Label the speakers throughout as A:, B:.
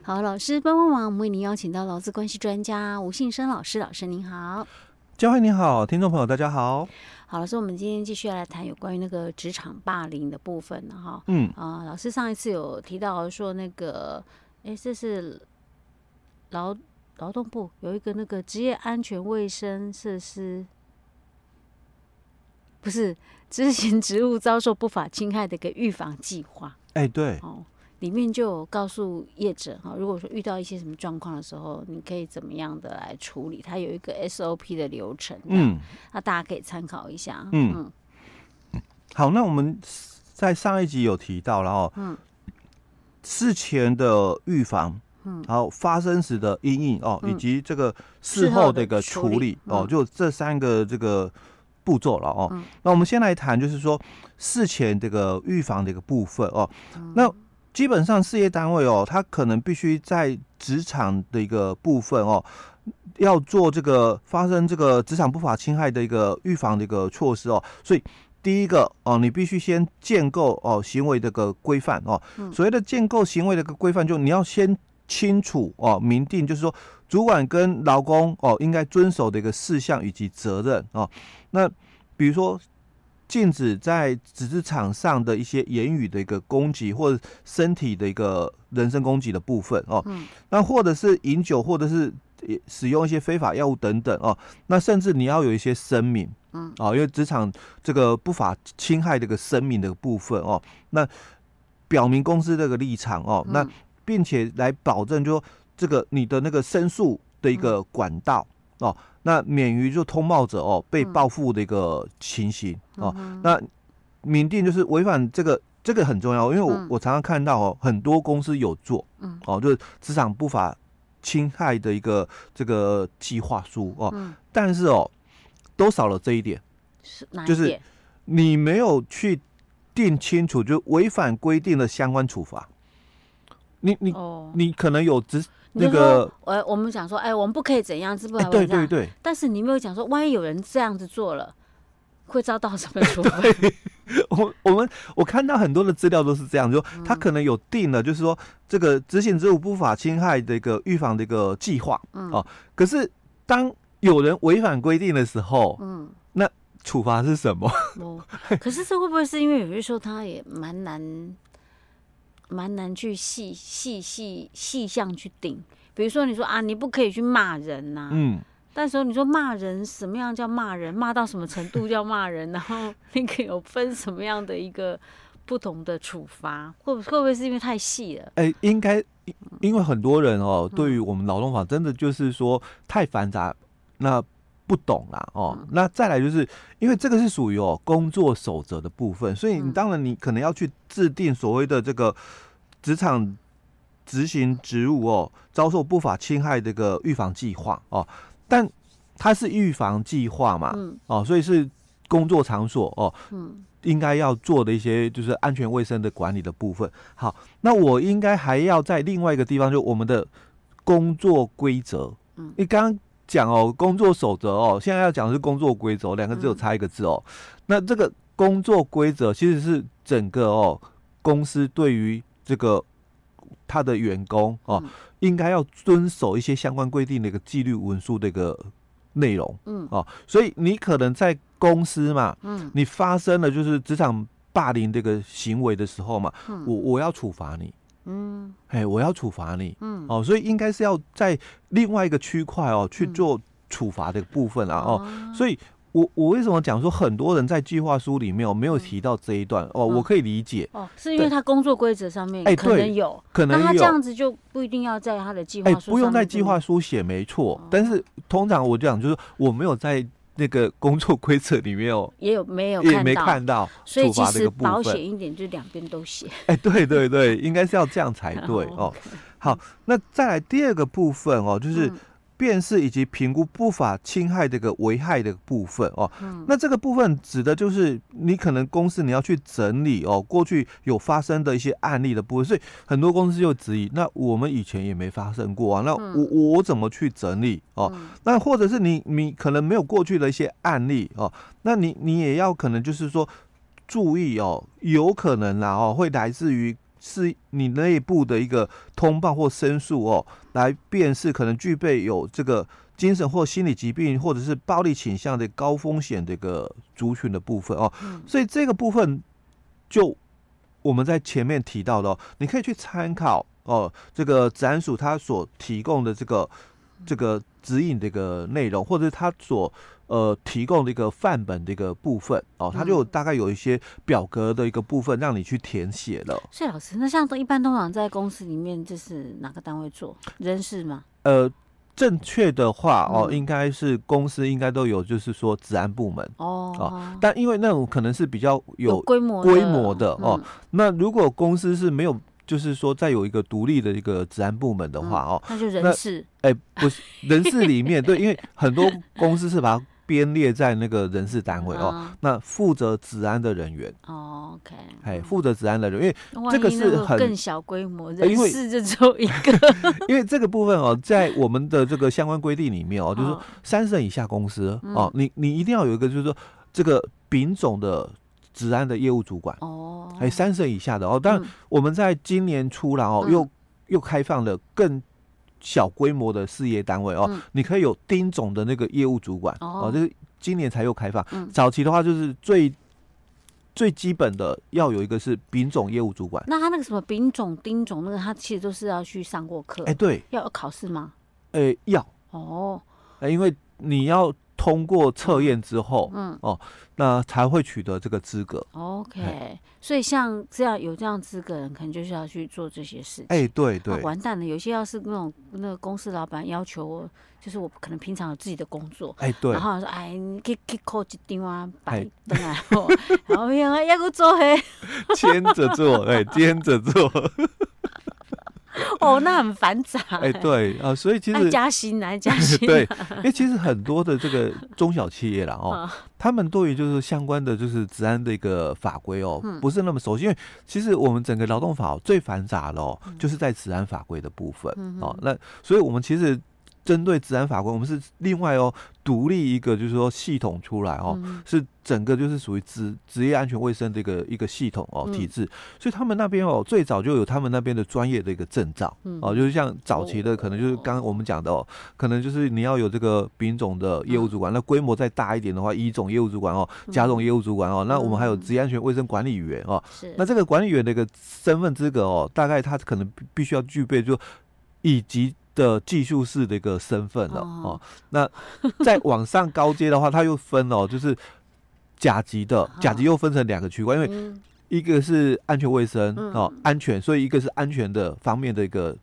A: 好，老师帮帮忙，我们为您邀请到劳资关系专家吴信生老师，老师您好。
B: 佳慧你好，听众朋友大家好。
A: 好，老师，我们今天继续来谈有关于那个职场霸凌的部分了哈。
B: 嗯，
A: 啊、老师上一次有提到说那个，哎，这是劳劳动部有一个那个职业安全卫生设施，不是执行职务遭受不法侵害的一个预防计划
B: 哎、对，
A: 哦。里面就有告诉业者哈、如果说遇到一些什么状况的时候，你可以怎么样的来处理，它有一个 SOP 的流程，，
B: 嗯，
A: 那大家可以参考一下，啊
B: 嗯好，那我们在上一集有提到了哦，嗯，事前的预防，嗯，还有发生时的阴影哦，以及这个事后的一个处
A: 事后的处
B: 理
A: 理嗯
B: 哦，就这三个这个步骤了哦。那我们先来谈，就是说事前这个预防的一个部分哦，那。基本上，事业单位哦，它可能必须在职场的一个部分哦，要做这个发生这个职场不法侵害的一个预防的一个措施哦，所以第一个哦，你必须先建构哦行为的个规范哦。所谓的建构行为的个规范，就你要先清楚哦，明定就是说主管跟劳工哦应该遵守的一个事项以及责任哦。那比如说。禁止在职场上的一些言语的一个攻击，或者身体的一个人身攻击的部分哦，
A: 嗯
B: 那或者是饮酒，或者是呃使用一些非法药物等等哦，那甚至你要有一些声明，嗯，哦，因为职场这个不法侵害这个声明的部分哦，那表明公司这个立场哦，那并且来保证就这个你的那个申诉的一个管道、哦，那免于就通报者哦被报复的一个情形、哦，那明定就是违反这个。这个很重要，因为我、
A: 嗯
B: 我常常看到哦，很多公司有做，
A: 嗯，
B: 哦，就是职场不法侵害的一个这个计划书哦，
A: 嗯
B: 但是哦，都少了这一点，
A: 是哪一
B: 就是
A: 点
B: 你没有去定清楚，就违反规定的相关处罚。你你、
A: 哦，
B: 你可能有职
A: 你
B: 那
A: 就
B: 个
A: 说，呃，我们讲说，哎，我们不可以怎样，是不
B: 哎、
A: 能
B: 对
A: 这样
B: 对对，
A: 但是你没有讲说，万一有人这样子做了，会遭到什么 处罚？
B: 我我们我看到很多的资料都是这样，就
A: 嗯
B: 他可能有定了，就是说这个执行职务不法侵害的一个预防的一个计划，
A: 嗯
B: 哦，可是当有人违反规定的时候，
A: 嗯，
B: 处罚是什么？
A: 哦，可是这会不会是因为有些时候他也蛮难，蛮难去细细细细项去定？比如说你说啊，你不可以去骂人呐、
B: 嗯，
A: 但时候你说骂人，什么样叫骂人？骂到什么程度叫骂人？然后那个有分什么样的一个不同的处罚？会不会不会是因为太细了？
B: 哎、应该
A: 嗯
B: 因因为很多人哦，对于我们劳动法真的就是说太繁杂，那不懂啦哦。
A: 嗯
B: 那再来就是因为这个是属于哦工作守则的部分，所以你
A: 嗯
B: 当然你可能要去制定所谓的这个职场执行职务哦遭受不法侵害的一个预防计划哦，但它是预防计划嘛，
A: 嗯
B: 哦，所以是工作场所哦，
A: 嗯
B: 应该要做的一些就是安全卫生的管理的部分。好，那我应该还要在另外一个地方，就我们的工作规则。
A: 嗯
B: 你刚刚讲哦，工作守则哦，现在要讲的是工作规则哦，两个字有
A: 嗯
B: 差一个字哦。那这个工作规则其实是整个哦公司对于这个他的员工哦，
A: 嗯
B: 应该要遵守一些相关规定的一个纪律文书的一个内容。
A: 嗯
B: 哦，所以你可能在公司嘛，
A: 嗯
B: 你发生了就是职场霸凌这个行为的时候嘛，
A: 嗯
B: 我我要处罚你，
A: 嗯
B: 哎，我要处罚你，
A: 嗯，
B: 哦，所以应该是要在另外一个区块哦去做处罚的部分啊，哦，
A: 哦
B: 所以我我为什么讲说很多人在计划书里面哦没有提到这一段哦，
A: 嗯
B: 我可以理解，
A: 哦，是因为
B: 对
A: 他工作规则上面
B: 哎
A: 可能
B: 对
A: 有，
B: 可
A: 那他
B: 能
A: 这
B: 有。
A: 样子就不一定要在他的计划
B: 哎、
A: 书上面哦
B: 不用在计划
A: 定
B: 书写，没错。但是通常我讲就是我没有在那个工作规则里面哦，
A: 也有没有
B: 也
A: 看
B: 没
A: 到，
B: 看到
A: 所以
B: 处
A: 其
B: 罚的一
A: 实
B: 个部
A: 保
B: 分
A: 险。一点就两边都写，
B: 哎、对对对，应该是要这样才 对哦。好，那再来第二个部分哦，就是
A: 嗯
B: 辨识以及评估不法侵害这个危害的部分哦。
A: 嗯
B: 那这个部分指的就是你可能公司你要去整理哦，过去有发生的一些案例的部分，所以很多公司就质疑，那我们以前也没发生过啊，那我我怎么去整理哦？
A: 嗯
B: 那或者是你你可能没有过去的一些案例哦，那你你也要可能就是说注意哦，有可能啦哦，会来自于是你内部的一个通报或申诉哦，来辨识可能具备有这个精神或心理疾病或者是暴力倾向的高风险的一个族群的部分哦。所以这个部分就我们在前面提到的、哦，你可以去参考哦，这个治安署它所提供的这个这个指引的一个内容，或者是它所呃提供的一个范本的一个部分哦，它就有大概有一些表格的一个部分让你去填写了。
A: 所以老师，那像都一般通常在公司里面，这是哪个单位做人事吗？
B: 呃，正确的话哦，
A: 嗯
B: 应该是公司应该都有，就是说治安部门，
A: 哦，
B: 但因为那种可能是比较有，
A: 规模
B: 规模的
A: 嗯
B: 哦那如果公司是没有，就是说再有一个独立的一个治安部门的话哦，，
A: 嗯那就人
B: 那
A: 事
B: 哎、不是人事里面对，因为很多公司是把它编列在那个人事单位哦，
A: 啊
B: 那负责治安的人员，
A: 哦，OK，
B: 哎，负责治安的人员，因为
A: 万
B: 这个
A: 一
B: 是
A: 那个
B: 很
A: 更小规模，
B: 呃
A: 人
B: 因为
A: 事就只有一个，
B: 因为这个部分哦，在我们的这个相关规定里面哦，就是说
A: 哦
B: 三十人以下公司
A: 嗯
B: 哦，你你一定要有一个，就是说这个丙种的治安的业务主管，
A: 哦，
B: 还有三十人以下的哦。当然，
A: 嗯
B: 我们在今年初了哦，
A: 嗯
B: 又又开放了更小规模的事业单位哦，
A: 嗯
B: 你可以有丁种的那个业务主管
A: 哦
B: 哦，这个今年才又开放。
A: 嗯
B: 早期的话，就是最最基本的要有一个是丙种业务主管。
A: 那他那个什么丙种、丁种，那个他其实都是要去上过课，
B: 哎，对，
A: 要有考试吗？
B: 哎、要。
A: 哦，
B: 呃，因为你要通过测验之后，
A: 嗯
B: 哦，那才会取得这个资格。
A: OK，所以像这样有这样资格的人，可能就是要去做这些事情。
B: 哎、对
A: 啊
B: 对，
A: 完蛋了！有些要是那种那个公司老板要求我，就是我可能平常有自己的工作，
B: 哎、对
A: 然，后说哎，你去去扣一张啊，摆
B: 哎
A: 灯啊，吼然后要哎要个做黑，
B: 牵着做，哎、牵着做，
A: 哦，那很繁杂。
B: 哎、对啊、所以其
A: 爱
B: 实。
A: 加薪，来加薪。
B: 对，因为其实很多的这个中小企业啦哦，
A: 啊，
B: 他们对于就是相关的就是治安的一个法规哦，
A: 嗯
B: 不是那么熟悉。因为其实我们整个劳动法哦最繁杂的哦，
A: 嗯
B: 就是在治安法规的部分哦。那所以我们其实针对治安法规，我们是另外哦独立一个就是说系统出来哦，
A: 嗯
B: 是整个就是属于职职业安全卫生的一个一个系统哦
A: 嗯
B: 体制，所以他们那边哦最早就有他们那边的专业的一个证照
A: 嗯
B: 哦，就是像早期的可能就是刚刚我们讲的哦，可能就是你要有这个丙种的业务
A: 嗯
B: 主管，那规模再大一点的话，乙种业务主管哦，甲种业务主管哦，那我们
A: 嗯
B: 还有职业安全卫生管理员哦，
A: 是
B: 那这个管理员的一个身份资格哦，大概他可能必必须要具备就以及的技术式的一个身份了
A: 哦
B: 哦。那再往上高阶的话，他又分哦，就是甲级的，
A: 啊
B: 甲级又分成两个区块，因为
A: 嗯
B: 一个是安全卫生
A: 嗯
B: 哦，安全，所以一个是安全的方面的一个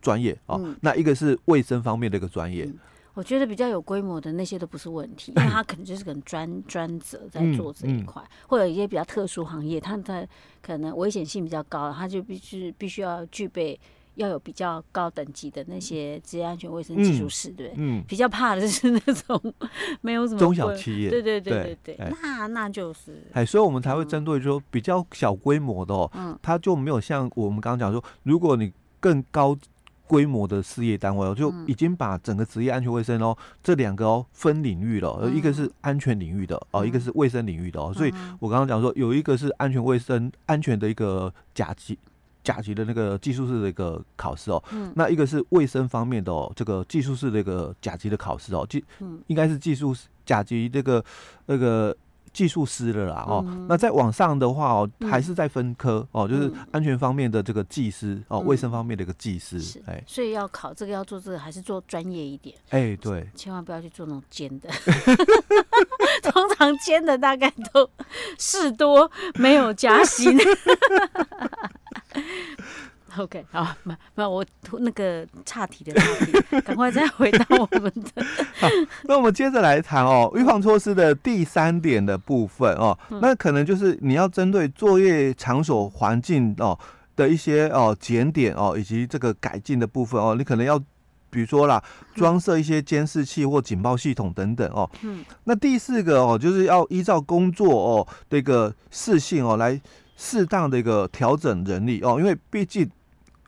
B: 专业哦
A: 嗯，
B: 那一个是卫生方面的一个专业
A: 嗯。我觉得比较有规模的那些都不是问题，因 为他可能就是可能专专责在
B: 嗯
A: 做这一
B: 嗯
A: 块，或者一些比较特殊行业，他的可能危险性比较高，他就必须必须要具备要有比较高等级的那些职业安全卫生技术
B: 嗯
A: 师，对不对。
B: 嗯，
A: 比较怕的就是那种没有什么
B: 中小
A: 规
B: 企业
A: 嗯对对对
B: 对
A: 对对
B: 哎，
A: 那那就是
B: 哎，所以我们才会针对说比较小规模的哦，
A: 嗯
B: 它就没有像我们刚刚讲说，如果你更高规模的事业单位哦，就
A: 嗯
B: 已经把整个职业安全卫生哦这两个哦分领域了，呃
A: 嗯
B: 一个是安全领域的哦，一个是卫生领域的哦，所以我刚刚讲说有一个是安全卫生安全的一个甲级。甲级的那个技术式的一个考试哦，
A: 嗯
B: 那一个是卫生方面的哦，这个技术式的一个甲级的考试哦，技、
A: 嗯
B: 应该是技术甲级这个那个技术师了啦哦。
A: 嗯
B: 那再往上的话哦，还
A: 嗯
B: 是在分科哦，就是
A: 嗯
B: 安全方面的这个技师哦，卫
A: 嗯
B: 生方面的一个技师
A: 是，
B: 哎
A: 所以要考这个要做这个，还是做专业一点，
B: 哎对，
A: 千万不要去做那种尖的。 通常尖的大概都事多，没有加薪。OK，好，没没有我那个岔题的岔题，赶快再回到我们 的
B: 那我们接着来谈哦，预防措施的第三点的部分哦，那可能就是你要针对作业场所环境哦的一些哦检点哦，以及这个改进的部分哦，你可能要。比如说啦，装设一些监视器或警报系统等等哦。
A: 嗯。
B: 那第四个哦，就是要依照工作哦的一个适性哦，来适当的一个调整人力哦，因为毕竟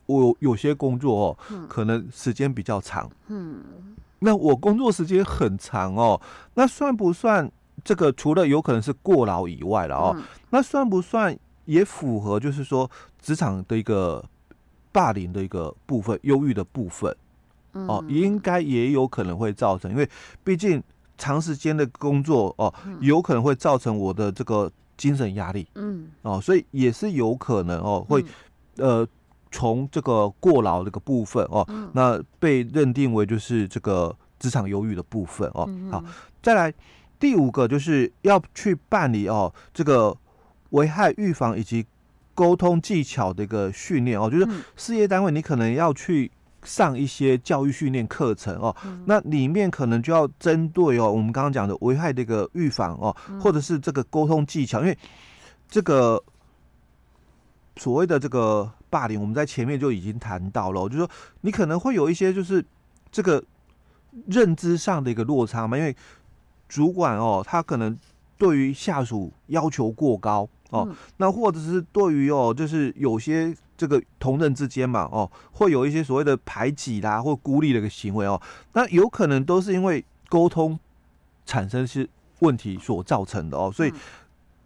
B: 我有些工作哦，可能时间比较长，
A: 嗯
B: 那我工作时间很长哦，那算不算这个？除了有可能是过劳以外了哦，
A: 嗯
B: 那算不算也符合就是说职场的一个霸凌的一个部分、忧郁的部分
A: 嗯
B: 哦，应该也有可能会造成，因为毕竟长时间的工作哦，有可能会造成我的这个精神压力
A: 嗯，
B: 哦，所以也是有可能哦会
A: 嗯
B: 呃，从这个过劳这个部分哦，那被认定为就是这个职场忧郁的部分
A: 嗯
B: 哦。好，再来第五个就是要去办理哦这个危害预防以及沟通技巧的一个训练哦，就是
A: 嗯
B: 事业单位你可能要去。上一些教育训练课程哦，那里面可能就要针对哦，我们刚刚讲的危害的一个预防哦，或者是这个沟通技巧，因为这个所谓的这个霸凌，我们在前面就已经谈到了哦，就是说你可能会有一些就是这个认知上的一个落差嘛，因为主管哦，他可能对于下属要求过高哦，
A: 嗯
B: 那或者是对于哦，就是有些这个同仁之间嘛哦，会有一些所谓的排挤啦或孤立的一个行为哦，那有可能都是因为沟通产生是问题所造成的哦，所以
A: 嗯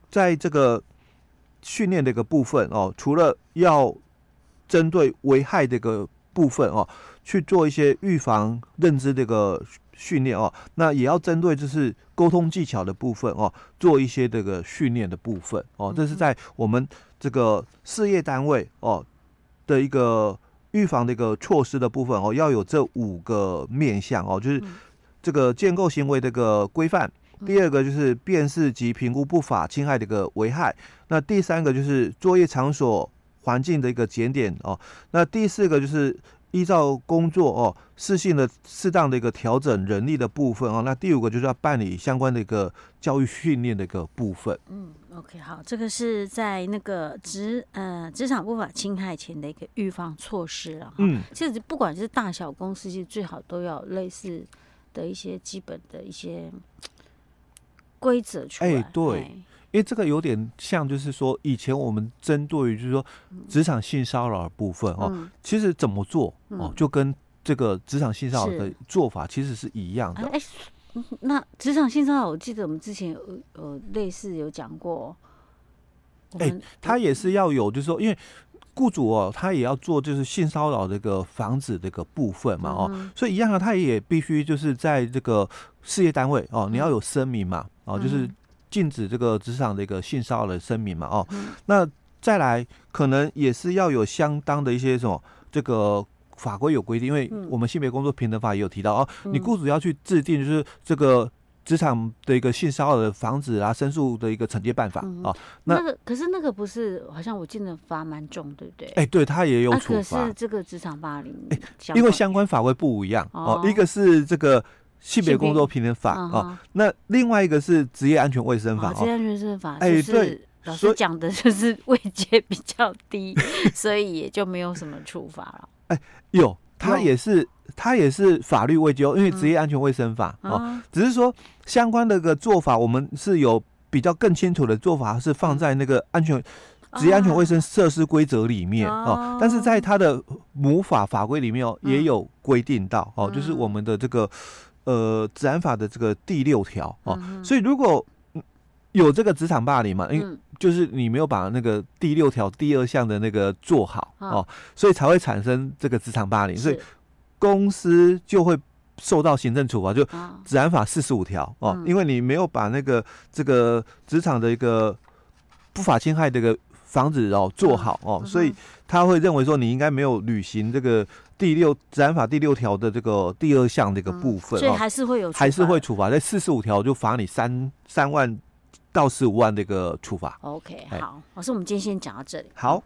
B: 在这个训练的一个部分哦，除了要针对危害的一个部分哦，去做一些预防认知的一个训练哦，那也要针对就是沟通技巧的部分哦，做一些这个训练的部分哦，这是在我们这个事业单位哦的一个预防的一个措施的部分哦，要有这五个面向哦，就是
A: 嗯
B: 这个建构行为的一个规范。第二个就是辨识及评估不法侵害的一个危害，那第三个就是作业场所环境的一个检点哦，那第四个就是依照工作哦适性的适当的一个调整人力的部分哦，那第五个就是要办理相关的一个教育训练的一个部分。
A: 嗯，OK，好，这个是在那个职呃职场不法侵害前的一个预防措施了哈。
B: 嗯，
A: 其实不管是大小公司，其实最好都要有类似的一些基本的一些规则出来。
B: 哎对
A: 哎，
B: 因为这个有点像，就是说以前我们针对于就是说职场性骚扰的部分哦，
A: 嗯，
B: 其实怎么做哦
A: 嗯，
B: 就跟这个职场性骚扰的
A: 是
B: 做法其实是一样
A: 哎
B: 的。、
A: 嗯那职场性骚扰，我记得我们之前有有类似有讲过，哦我
B: 哎
A: 们、
B: 他也是要有，就是说，因为雇主哦，他也要做就是性骚扰这个防止这个部分嘛哦，
A: 嗯
B: 所以一样啊，他也必须就是在这个事业单位哦，你要有声明嘛哦，就是
A: 嗯
B: 禁止这个职场的一个性骚扰的声明嘛哦，那再来可能也是要有相当的一些什么这个。法规有规定，因为
A: 嗯
B: 我们性别工作平等法也有提到哦，你
A: 嗯
B: 雇主要去制定就是这个职场的一个性骚扰的防止啊、申诉的一个惩戒办法啊、
A: 嗯
B: 哦那
A: 那个可是那个不是，好像我记得罚蛮重，对不对？
B: 哎、对他也有
A: 啊，
B: 处
A: 可
B: 罚哎
A: 是，这个职场霸凌相关，
B: 因为相关法规不一样哦
A: 哦
B: 一个是这个性别
A: 性别
B: 工作平等法
A: 嗯
B: 哦，
A: 哼
B: 那另外一个是职业安全卫生法
A: 哦，职
B: 哦，
A: 业安全生法，
B: 哎
A: 就
B: 对
A: 是老
B: 所
A: 师
B: 以
A: 讲的就是 位阶比较低，所以也就没有什么处罚了。
B: 有它
A: 有嗯
B: 也是它也是法律未究，因为职业安全卫生法、哦，
A: 啊，
B: 只是说相关的个做法，我们是有比较更清楚的做法是放在那个安
A: 嗯
B: 全。职业安全卫生设施规则里面哦
A: 哦，
B: 但是在它的母法法规里面哦，
A: 嗯
B: 也有规定到哦，
A: 嗯
B: 就是我们的这个呃治安法的这个第六条哦，
A: 嗯哼
B: 所以如果嗯有这个职场霸凌嘛，因、
A: 嗯
B: 就是你没有把那个第六条第二项的那个做好
A: 啊
B: 哦，所以才会产生这个职场霸凌，所以
A: 是
B: 公司就会受到行政处罚，就
A: 啊，
B: 治安法四十五条哦，
A: 嗯
B: 因为你没有把那个这个职场的一个不法侵害的一个防止哦做好哦，
A: 嗯
B: 所以他会认为说你应该没有履行这个第六治安法第六条的这个第二项的一个
A: 嗯
B: 部分
A: 所以
B: 哦，
A: 还是会有处罚的，
B: 还是会处罚，在四十五条就罚你三三万到十五万的一个处罚。
A: OK
B: 哎
A: 好。老师，我们今天先讲到这里。
B: 好，